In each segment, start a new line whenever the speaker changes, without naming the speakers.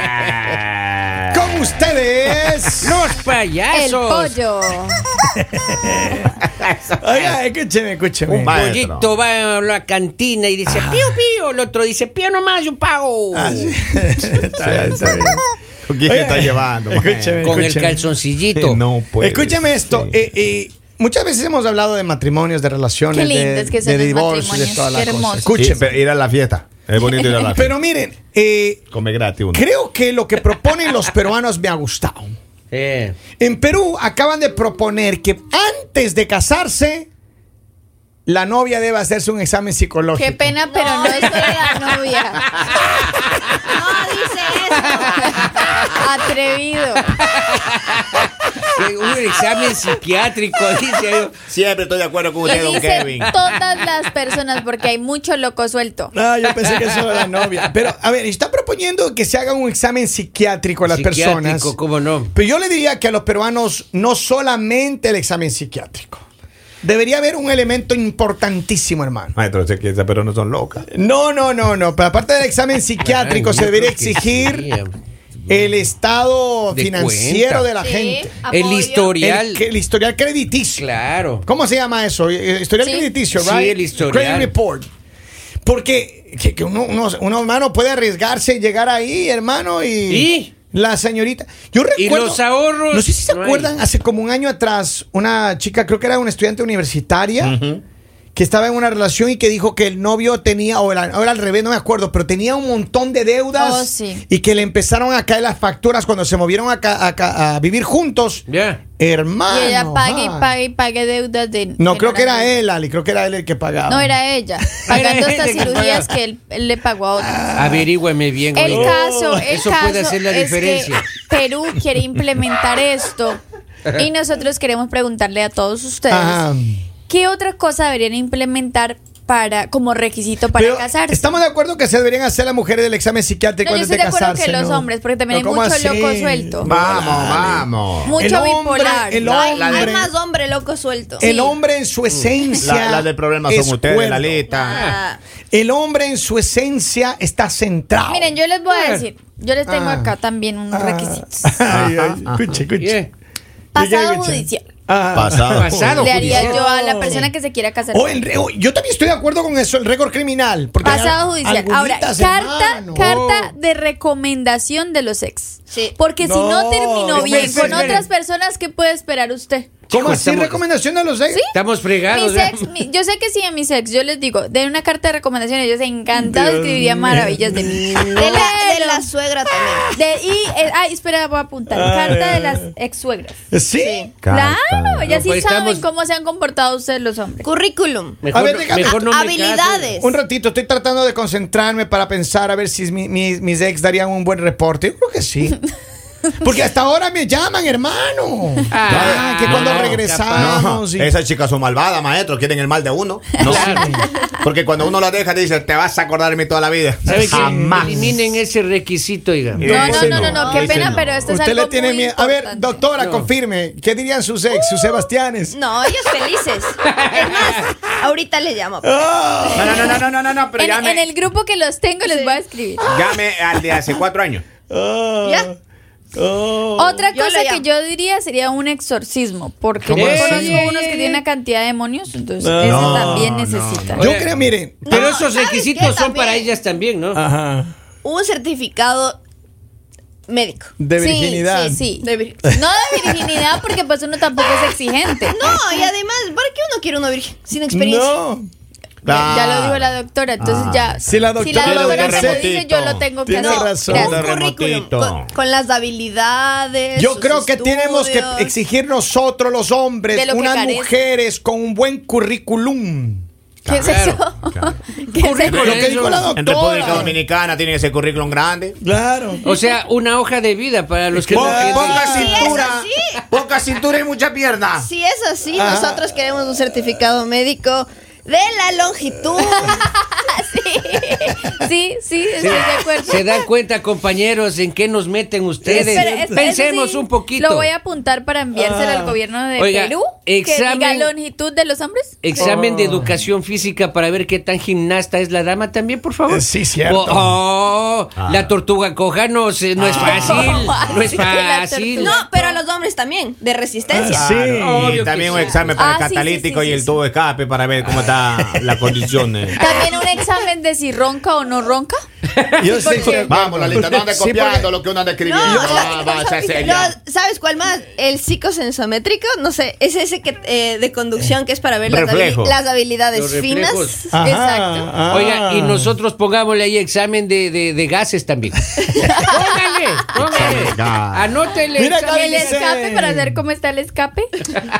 señora.
Con ustedes.
Los
El
payasos.
pollo.
Oiga, escúcheme, escúcheme.
Un pollito va a la cantina y dice pío pío, el otro dice pío nomás, yo pago.
Ah, sí.
Sí, sí. ¿Con quién te
Oiga,
está llevando? man?
escúcheme.
Con el
escúcheme.
calzoncillito.
No puede
Escúcheme esto.
ser.
eh, eh, muchas veces hemos hablado de matrimonios, de relaciones,
Qué lindos
de,
que son
de
los
divorcios, de
matrimonios,
toda la
qué
cosa.
hermosos.
Sí,
Escuchen.
pero ir a la fiesta. Es bonito ir a la fiesta.
Pero miren, eh,
Come gratis uno.
creo que lo que proponen los peruanos me ha gustado.
Eh,
En Perú acaban de proponer que antes de casarse, la novia debe hacerse un examen psicológico.
Qué pena, pero no es para la novia.
No dice eso.
Atrevido.
eh, un examen psiquiátrico, dice yo.
Siempre estoy de acuerdo con
Y dice todas las personas porque hay mucho loco suelto.
Ah, yo pensé que eso era la novia. Pero, a ver, está proponiendo que se haga un examen psiquiátrico a las
Psiquiátrico,
personas.
cómo no.
Pero yo le diría que a los peruanos no solamente el examen psiquiátrico. Debería haber un elemento importantísimo, hermano.
Maestro, sé que esas personas son locas.
No, no, no, no. Pero aparte del examen psiquiátrico,
Ay,
se
yo
debería
creo que sí,
exigir
eh.
el estado
De
financiero
cuenta.
de la
Sí,
gente.
apoyo.
El historial.
El, que- el historial crediticio.
Claro.
¿Cómo se llama eso? Eh, Historial
Sí.
crediticio,
Sí,
right?
el historial.
Credit report. Porque que, que uno, uno- uno, hermano, puede arriesgarse y llegar ahí, hermano, y,
¿Y?
la señorita. Yo
¿Y
recuerdo.
los ahorros?
No sé si se
No hay.
acuerdan, hace como un año atrás, una chica, creo que era una estudiante universitaria. Que estaba en una relación y que dijo que el novio tenía, o era, o era al revés, no me acuerdo, pero tenía un montón de deudas
Oh, sí.
y que le empezaron a caer las facturas cuando se movieron a, ca- a ca- a vivir juntos.
Ya.
Hermano.
Y
Ah,
ella pague y
man.
pague y pague deudas de.
No, creo que era
novia.
él, Ali, creo que era él el que pagaba.
No, era ella.
Era
Pagando
él
estas
que pagaba.
cirugías que él, él le pagó a otros.
Averígüeme bien.
El
oiga.
caso, el
Eso
caso
puede hacer la
es
diferencia.
que Perú quiere implementar esto y nosotros queremos preguntarle a todos ustedes
Ajá.
qué otra cosa deberían implementar para como requisito para
Pero
casarse.
Estamos de acuerdo que se deberían hacer las mujeres del examen psiquiátrico
No, yo
antes
estoy
de
de acuerdo
casarse,
que los
¿no?
hombres, porque también hay
¿cómo
mucho loco suelto.
Vamos, vamos.
Mucho
El hombre-
bipolar.
el
Ay,
hombre-
Hay más hombre loco suelto.
El
Sí.
hombre en
Mm.
su esencia.
Las del problema son
es
ustedes,
cuerdo.
la lista.
Ah,
El hombre en su esencia está centrado.
Miren, yo les voy a decir, yo les tengo
Ah.
acá también unos
Ah.
requisitos.
Ay, ay,
Ajá,
escuche, escuche.
Yeah.
Pasado
escucha.
judicial.
Ah.
Pasado.
Pasado.
Le haría yo a la
Oh.
persona que se quiera casar.
O el re- o- yo también estoy de acuerdo con eso, el récord criminal. porque
Pasado
hay
judicial. Ahora,
algunitas,
carta,
hermano.
Oh.
carta de recomendación de los ex.
Sí.
Porque si
No,
no terminó
¿cómo
bien
es
con
eso?
otras personas, ¿qué puede esperar usted?
¿Cómo
Hijo,
así
estamos-
recomendación a los ex?
Estamos fregados.
Mis
¿verdad?
ex, mi- yo sé que sí a mis ex, yo les digo, den una carta de recomendación, ellos encantados escribirían maravillas de mí.
de, la, de
Pero-
la suegra
Ah.
también.
de- y, eh, ay, espera, voy a apuntar. Carta de las ex suegras.
¿Sí?
Carta.
Claro, ya
No,
sí
pues,
saben
estamos-
cómo se han comportado ustedes los hombres.
Currículum.
Mejor,
A ver,
no-
déjame-
mejor no me
Habilidades.
Un ratito, estoy tratando de concentrarme para pensar a ver si mi- mi- mis ex darían un buen reporte. Yo creo que sí. Porque hasta ahora me llaman, hermano. Ah,
Ah,
que cuando
no,
No,
regresamos. y-
esas chicas son malvadas, maestro. Quieren el mal de uno. No. Porque cuando uno la deja, te dice, te vas a acordar de mí toda la vida. Ah.
¿Sabe qué?
Jamás.
Eliminen ese requisito, oiga.
Eh,
No, no,
Ese
no, no,
no,
no, qué
ese
pena,
no.
pero esto es
Usted
algo
le tiene
muy
miedo. A ver,
importante.
doctora,
No.
confirme. ¿Qué dirían sus ex, sus Sebastianes?
No, ellos felices. Es más, ahorita le llamo.
No, no, no, no, no, no, no, no, pero
En, en
llame,
el grupo que los tengo les voy a escribir.
llame al de hace cuatro años.
Ah,
¿Ya?
oh.
Otra
Oh, Yo
cosa
le
que
llamo.
yo diría sería un exorcismo, porque yo
¿Cómo así?
conozco
Eh,
unos
eh,
que
eh.
tienen una cantidad de demonios, entonces
No,
eso
no,
también
no.
necesita.
Oye,
Yo creo, miren.
Pero
No,
esos
¿sabes
requisitos
qué?
son
También.
para ellas también, ¿no?
Ajá.
Un certificado médico.
De virginidad.
Sí, sí, sí.
De vir-
No de virginidad, porque pues uno tampoco es exigente.
No, y además, ¿para qué uno quiere una virgen sin experiencia?
No. Ah,
Ya- Ya lo dijo la doctora, entonces
Ah.
ya.
Si la doctora
me
lo
lo
dice,
dice, yo lo tengo que
tiene
hacer.
razón.
Gracias.
Un currículum
Remotito.
con, con las habilidades.
Yo
sus
creo que tenemos que
estudios.
exigir nosotros los
De
hombres,
lo que
unas
carece.
mujeres con un buen currículum.
¿Qué es eso?
claro.
¿Qué es eso?
Por
Lo que
eso,
dijo la
En República
doctora.
Dominicana tiene ese currículum grande.
Claro.
O sea, una hoja de vida para los que no
Poca,
tienen-
poca
Sí, es
cintura.
así.
Poca cintura y mucha pierna.
Si es así,
Ah.
nosotros queremos un certificado médico de la longitud,
sí, sí, estoy de acuerdo.
¿Se dan cuenta, compañeros, en qué nos meten ustedes?
Pero es- eso
Pensemos
sí,
un poquito.
Lo voy a apuntar para enviárselo al gobierno de
Oiga,
Perú.
examen-
Que diga longitud de los hombres.
Examen
Oh.
de educación física para ver qué tan gimnasta es la dama también, por favor.
Eh, sí, cierto. Ah.
Oh, oh, La tortuga coja no, se- no es fácil. No es
Ay, que la
fácil.
No, pero a los hombres también, de resistencia.
Ah,
Claro,
Sí.
y
Obvio que
también un
sí.
examen para
Ah,
el
sí, sí,
catalítico
sí,
y
sí,
el
sí.
tubo de escape para ver cómo está las condiciones.
También un examen de si ronca o no ronca.
Yo estoy
porque-
de acuerdo.
Vamos, Lalita, no andes
Sí, porque-
copiando lo que uno anda escribiendo.
No,
Ah, va, sea seria.
No, ¿Sabes cuál más? El psicosensométrico, no sé, es ese que eh, de conducción que es para ver las,
Reflejo.
habili- las
Los
habilidades finas.
reflejos.
Ajá,
Exacto.
ah.
Oiga, y nosotros pongámosle ahí examen de, de- de gases también. póngale, póngale.
Examen de gas.
Anótele.
Mira,
examen
El
de-
dice-
escape para ver cómo está el escape.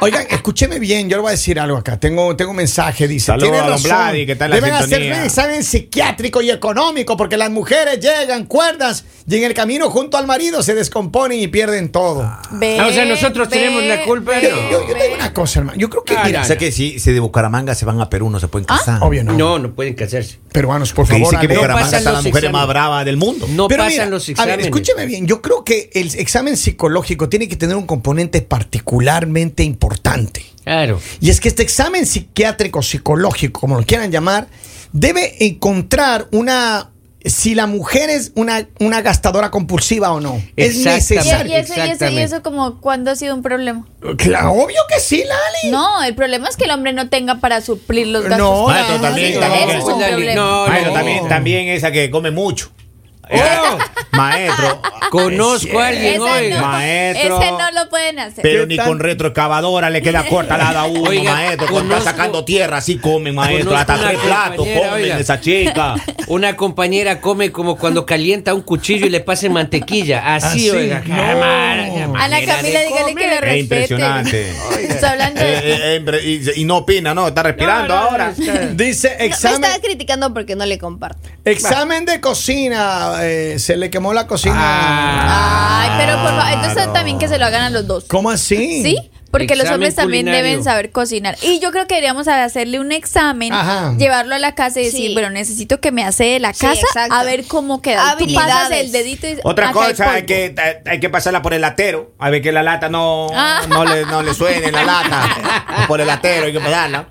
Oigan, escúcheme bien, yo le voy a decir algo acá. Tengo, tengo un mensaje, dice.
Saludos
"Tiene
a don
razón,
Vladi, que está en la
Deben hacer
sintonía".
un examen psiquiátrico y económico porque las mujeres llegan cuerdas y en el camino junto al marido se descomponen y pierden todo.
Ah, o sea, nosotros tenemos la culpa,
Yo,
no.
yo- yo tengo una cosa, hermano. Yo creo que,
Ah,
mira,
O sea que si, si de Bucaramanga se van a Perú, no se
¿Ah?
pueden casar.
obvio no.
No, no pueden casarse.
Peruanos, por
Porque
favor,
dice que
Ale-
Bucaramanga
pasan
está la
los
mujer
exámenes.
más brava del mundo.
No
Pero
pasan
mira,
los
a ver,
exámenes.
escúcheme bien, yo creo que el examen psicológico tiene que tener un componente particularmente importante.
Claro.
Y es que este examen psiquiátrico, psicológico, como lo quieran llamar, debe encontrar una. Si la mujer es una, una gastadora compulsiva o no. Es
Exactamente.
Y, y
necesario.
eso, y eso, y
Exactamente.
eso como cuando ha sido un problema.
Claro, obvio que sí, Lali.
No, el problema es que el hombre no tenga para suplir los gastos.
No,
Maestro,
Lali,
también,
no.
también.
Ese es un
Lali,
problema.
no,
Maestro,
no.
también, también esa que come mucho.
Oh,
Maestro.
conozco a
Ese
alguien,
no,
oiga.
maestro.
ese no lo pueden hacer.
Pero
¿Qué
ni
tal?
con retroexcavadora le queda corta la hada a uno,
Oiga,
maestro. Cuando
conozco-
está sacando tierra, así comen, maestro.
Conozco
Hasta
una
tres platos
compañera,
comen
oiga.
esa chica.
Una compañera come como cuando calienta un cuchillo y le pase mantequilla. Así,
Así,
oiga.
Ah, no.
Jamás, jamás.
Ana Camila, dígale que lo respete.
Es impresionante.
Está hablando de-
Eh, eh, eh, y, y no opina, no, está
Ah,
respirando
No, no,
ahora.
no, está-
Dice
No, me
examen,
estaba criticando porque no le comparto.
examen de cocina. eh, se le quemó la cocina.
Ah.
Ay, pero por favor, entonces
Claro.
también que se lo hagan a los dos.
¿Cómo así?
¿Sí? Porque los
Examen
hombres también
culinario.
deben saber cocinar. Y yo creo que deberíamos hacerle un examen,
Ajá.
llevarlo a la casa y decir,
Sí.
bueno, necesito que me hace de la
Sí,
casa
exacto.
a ver cómo queda. Tú
Habilidades.
pasas el dedito y dices,
Otra
acá hay
cosa, hay
polvo.
que, hay- hay que pasarla por el latero. A ver que la lata no,
Ah.
no, le, no le suene la lata. Por el latero hay que pasarla.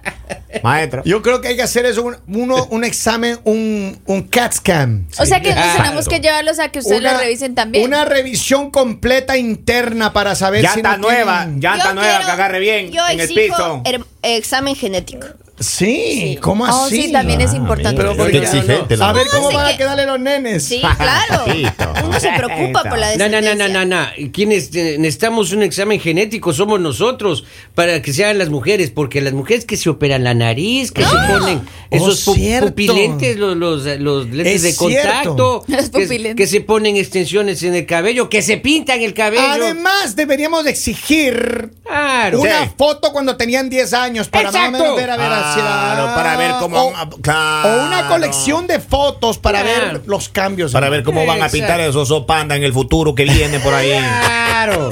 Maestro.
Yo creo que hay que hacer eso, un, uno, un examen, un, un CAT scan.
O sea que
Claro.
tenemos que llevarlos a que ustedes lo revisen también.
Una revisión completa interna para saber si
Llanta
no
nueva,
tienen-
llanta
Yo
nueva,
quiero-
que agarre bien
yo
en el
exijo
piso.
her- examen genético.
Sí, ¿cómo
Oh,
así?
sí, también es importante.
Pero
Qué
porque-
exigente la
A ver
mujer.
cómo
No,
van
sí
a
que-
quedarle los nenes.
Sí, claro.
Ah, Papito.
Uno se preocupa por la
No, no,
descendencia.
no, no, no, no. Quienes eh, necesitamos un examen genético somos nosotros para que sean las mujeres, porque las mujeres que se operan la nariz, que se
¡Ah!
ponen esos
Oh,
pu-
cierto.
pupilentes, los, los, los lentes
Es
de contacto,
cierto.
Los
que,
pupilentes.
que se ponen extensiones en el cabello, que se pintan el cabello.
Además, deberíamos exigir
claro.
una
Sí.
foto cuando tenían 10 años para más o
Exacto.
menos ver a ver hacia-
Claro, para ver cómo.
O, o una colección de fotos para
Claro.
ver los cambios.
Para ver cómo van a pintar
Exacto.
esos osos panda en el futuro que viene por ahí.
Claro.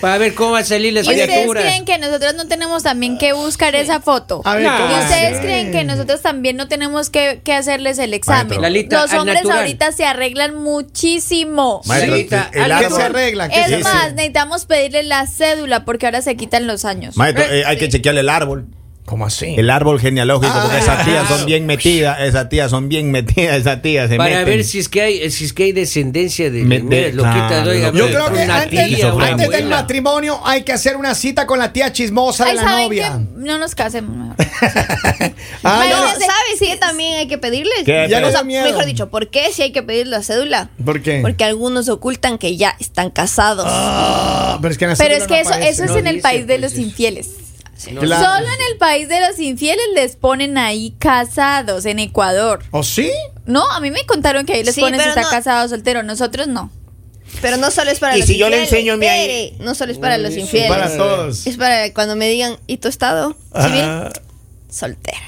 para ver cómo van a salir las
¿Y ustedes
criaturas.
creen que nosotros no tenemos también que buscar esa foto?
A ver, ah,
No.
¿cómo
¿Y ustedes
hacen?
creen que nosotros también no tenemos que, que hacerles el examen?
Maestro.
Lalita,
Los
al
hombres
natural.
ahorita se arreglan muchísimo.
Maestro,
Señorita,
el
alguien
que
árbol-
se arreglan? que
Es
se
más,
hacen?
necesitamos pedirle la cédula porque ahora se quitan los años.
Maestro, eh, hay que chequearle el árbol.
¿Cómo así?
El árbol genealógico, porque
Ah,
esas tías
claro.
son bien metidas, esas tías son bien metidas, esas tías se
Para
meten.
ver si es que hay, si es que hay descendencia de,
Me- de-
mira, lo
claro.
quitas, oiga,
Yo
pues,
creo que
una
antes,
tía, una
antes del
abuela.
matrimonio hay que hacer una cita con la tía chismosa de
Ay,
la
¿saben
novia.
qué? No nos casemos. mejor.
Ah,
Pero,
ya-
Imagínense-
¿sabes qué también hay que pedirles?
¿Qué?
Ya
Pero-
no
O sea,
da miedo.
mejor dicho, ¿por qué si hay que pedir la cédula?
¿Por qué?
Porque algunos ocultan que ya están casados.
Ah, pero es que, en la
Pero es
cédula
que
no
eso, eso
aparece.
es
No
en el
dice,
país de
pues,
los
eso.
infieles.
Claro.
Solo en el país de los infieles les ponen ahí casados en Ecuador.
¿O ¿Oh, sí?
No, a mí me contaron que ahí les
Sí,
ponen si
pero
está
no-
casado o soltero. Nosotros no.
Pero no solo es para
Y
los
si yo le
infieles,
enseño mi ahí-
espere, No solo es para los infieles.
Para todos.
Es para cuando me digan, ¿y tu estado civil?
Ah.
Soltera.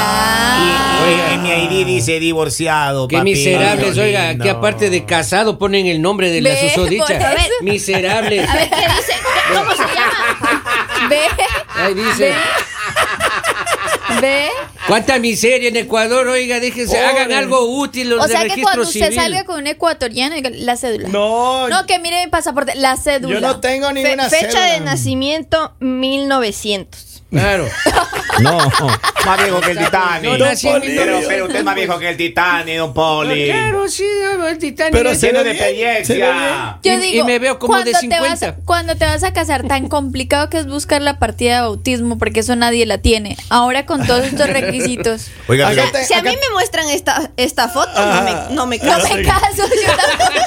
Ah.
Oiga, en mi ID dice divorciado.
Qué
papi.
miserables,
Ay,
oiga,
lindo.
que aparte de casado ponen el nombre de la
Ve, por
susodicha.
eso.
Miserables.
A ver, ¿qué dice? ¿Cómo se llama?
Ve,
Ahí dice.
ve,
¿Cuánta miseria en Ecuador? Oiga, déjense,
Pobre.
hagan algo útil los
O
de
sea que
registro
cuando usted
civil.
salga con un ecuatoriano, diga, la cédula.
No.
No, que mire mi pasaporte, la cédula.
Yo no tengo
Fe-
ninguna
fecha
cédula.
de nacimiento 1900.
Claro.
No. Más viejo que el
No,
Titanic.
nací en mil
pero,
novecientos-
pero usted es más viejo que el Titanic, don Poli.
Claro, sí, el Titanic.
Pero
es-
se
Lleno
ve
de
bien, se ve bien.
experiencia.
Yo
Y-
digo,
y me veo como de
¿cuándo te vas-
50?
cuando te vas a casar, tan complicado que es buscar la partida de bautismo, porque eso nadie la tiene. Ahora con todos estos requisitos.
Oiga,
Acá
pero-
te-
Si a mí
acá-
me muestran esta, esta foto, no me, no me
No
caso.
me caso, yo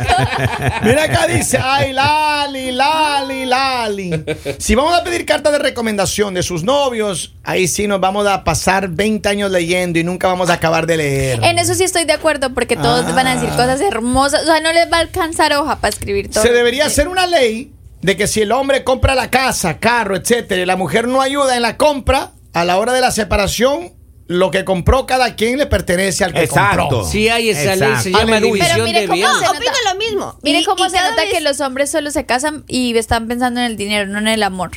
tampoco.
Mira acá dice, ay, Lali, Lali, Lali. Si vamos a pedir carta de recomendación de sus novios, ahí sí nos vamos a pasar 20 años leyendo y nunca vamos a acabar de leer.
En eso sí estoy de acuerdo, porque todos
Ah.
van a decir cosas hermosas. O sea, no les va a alcanzar hoja para escribir todo.
Se debería hacer una ley de que si el hombre compra la casa, carro, etcétera, y la mujer no ayuda en la compra, a la hora de la separación, lo que compró cada quien le pertenece al que
Exacto.
compró.
Sí hay esa
Exacto.
ley, se llama
Aleluya.
Pero
división
mire
de
cómo
bienes.
se
No, opino lo mismo.
Miren
Y-
cómo
y
se
cada
nota
vez-
que los hombres solo se casan y están pensando en el dinero, no en el amor.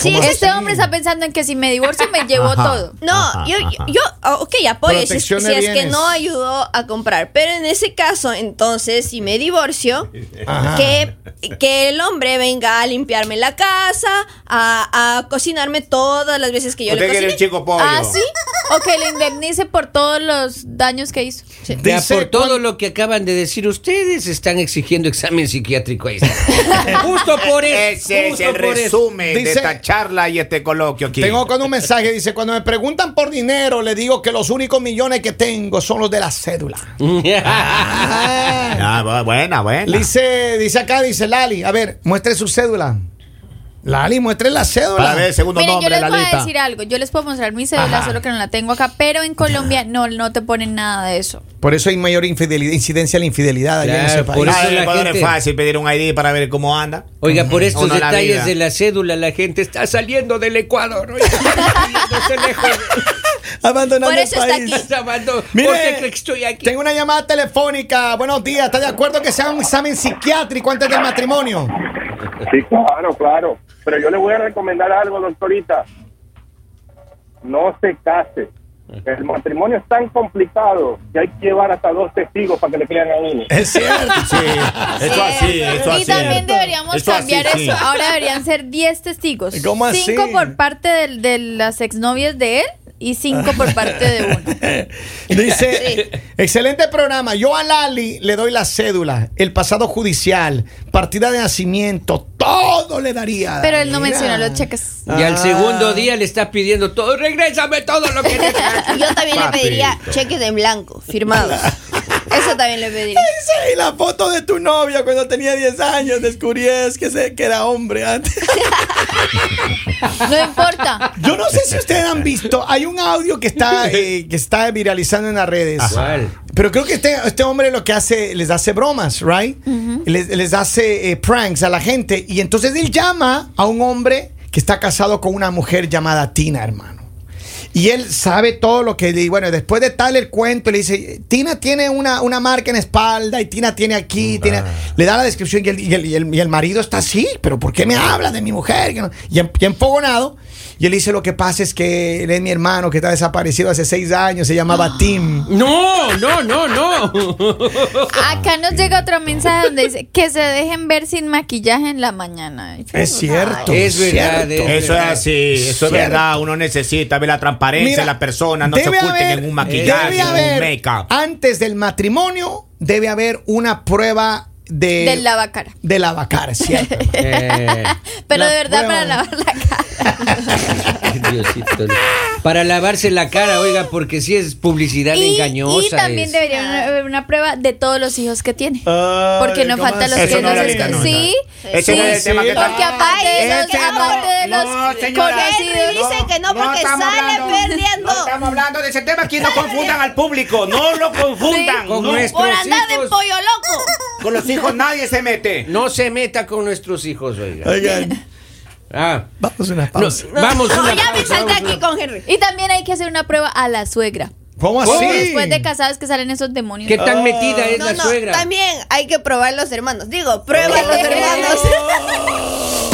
Sí,
¿Cómo
este
así?
hombre está pensando en que si me divorcio me llevo
Ajá.
todo.
No,
Ajá,
yo,
ajá.
yo, ah, ok, apoyo si, es-
Protección de
si es que
bienes.
no ayudó a comprar. Pero en ese caso, entonces, si me divorcio,
Ajá.
que, que el hombre venga a limpiarme la casa, a, a cocinarme todas las veces que yo
Usted
le
quiere
cocine.
el chico pollo.
¿Ah, sí? O que le indemnice por todos los daños que hizo.
Vea,
Dice
por todo
cuando-
lo que acaban de decir ustedes, están exigiendo examen psiquiátrico ahí. está. justo por eso.
Ese es
justo
el
por eso.
resumen de
Dice-
esta charla y este coloquio aquí.
Tengo con un mensaje, dice, cuando me preguntan por dinero, le digo que los únicos millones que tengo son los de la cédula. Ah.
Ah, bu- buena, buena.
Dice, dice acá, dice Lali, a ver, muestre su cédula. Lali, muestre la
Para ver el
cédula.
segundo
Miren, yo
nombre de
les
la
voy a
lista.
decir algo. Yo les puedo mostrar mi cédula, solo que no la tengo acá. Pero en Colombia no, no te ponen nada de eso.
Por eso hay mayor infidelidad, incidencia a la infidelidad allá en
Claro,
ese
por
país.
eso
Ah, en
la
Ecuador
gente-
es fácil pedir un ID para ver cómo anda.
Oiga, por estos
Uno la
detalles
vida.
de la cédula, la gente está saliendo del Ecuador. oiga, está yéndose lejos.
Abandonando
Por eso
el
está
país.
aquí.
Está amando. ¿Por
Mire,
qué cree que estoy aquí?
Tengo una llamada telefónica. Buenos días. ¿Está de acuerdo que sea un examen psiquiátrico antes del matrimonio?
Sí, claro, claro. Pero yo le voy a recomendar algo, doctorita. No se case. El matrimonio es tan complicado que hay que llevar hasta dos testigos para que le crean a uno.
Es cierto.
Sí, eso así, eso
y
así.
también deberíamos
Eso así,
cambiar
sí.
eso. Ahora deberían ser 10 testigos.
¿Cómo así?
5 por parte del- de las exnovias de él y 5 por parte de uno.
Dice, excelente programa. Yo a Lali le doy la cédula, el pasado judicial, partida de nacimiento, todo le daría.
Pero él no
Mira.
mencionó los cheques.
Y al
Ah.
segundo día le está pidiendo todo. Regrésame todo lo que te
Yo también le
Papito.
pediría cheques en blanco, firmados. Eso también le pediría.
Dice, y la foto de tu novia cuando tenía 10 años, descubrías que, se, que era hombre antes.
No importa.
Yo no sé si ustedes han visto, hay un audio que está, eh, que está viralizando en las redes.
¿Cuál?
Pero creo que este, este hombre lo que hace, les hace bromas, ¿right? les, les hace eh, pranks a la gente. Y entonces él llama a un hombre que está casado con una mujer llamada Tina, hermano. Y él sabe todo lo que... Y bueno, después de tal el cuento, le dice, Tina tiene una, una marca en espalda y Tina tiene aquí, tiene-". le da la descripción y el, y el- y el- y el marido está así, pero ¿por qué me habla de mi mujer? Que no- Y, en- y empogonado. Y él dice, lo que pasa es que él es mi hermano que está desaparecido hace seis años, se llamaba Tim.
No, no, no, no.
Acá nos llega otro mensaje donde dice que se dejen ver sin maquillaje en la mañana.
Es cierto.
Es verdad,
cierto.
es
Eso es así, eso es
Cierto.
verdad. Uno necesita ver la transparencia
Mira,
en la persona, no se
debe
oculten
haber-
en un
debe
maquillaje,
haber,
en un make-up.
Antes del matrimonio, debe haber una prueba de.
Del lavacara.
De lavacar, cierto.
Eh,
Pero
La
de verdad
prueba.
para lavar la cara.
Diosito. Para lavarse la cara, oiga, porque si es publicidad
Y,
engañosa.
y también
es.
debería haber una prueba de todos los hijos que
Ah,
tiene.
Ay,
Porque no
¿cómo
faltan los
así?
que
Eso no
no
lo
se
diga, no,
Sí,
no. Ese
sí,
no es el tema que está-
porque aparte
Ay,
de los,
ese no,
aparte de los
no, señora.
conocidos.
Dice que no, porque
estamos
sale perdiendo.
No estamos hablando de ese tema. Aquí no confundan al público. No lo confundan.
Con
no.
nuestros
Por andar de
hijos.
pollo loco.
Con los hijos nadie se mete.
No se meta con nuestros hijos, oiga.
Oigan,
Ah,
vamos a una
no,
pausa.
vamos
No,
una
ya me
pausa,
salté
vamos
aquí
una-
con Henry.
Y también hay que hacer una prueba a la suegra.
¿Cómo
¿Cómo?
así?
Después de casados que salen esos demonios.
¿Qué tan metida es
No,
la
no,
suegra?
también hay que probar los hermanos. Digo, prueba a los hermanos.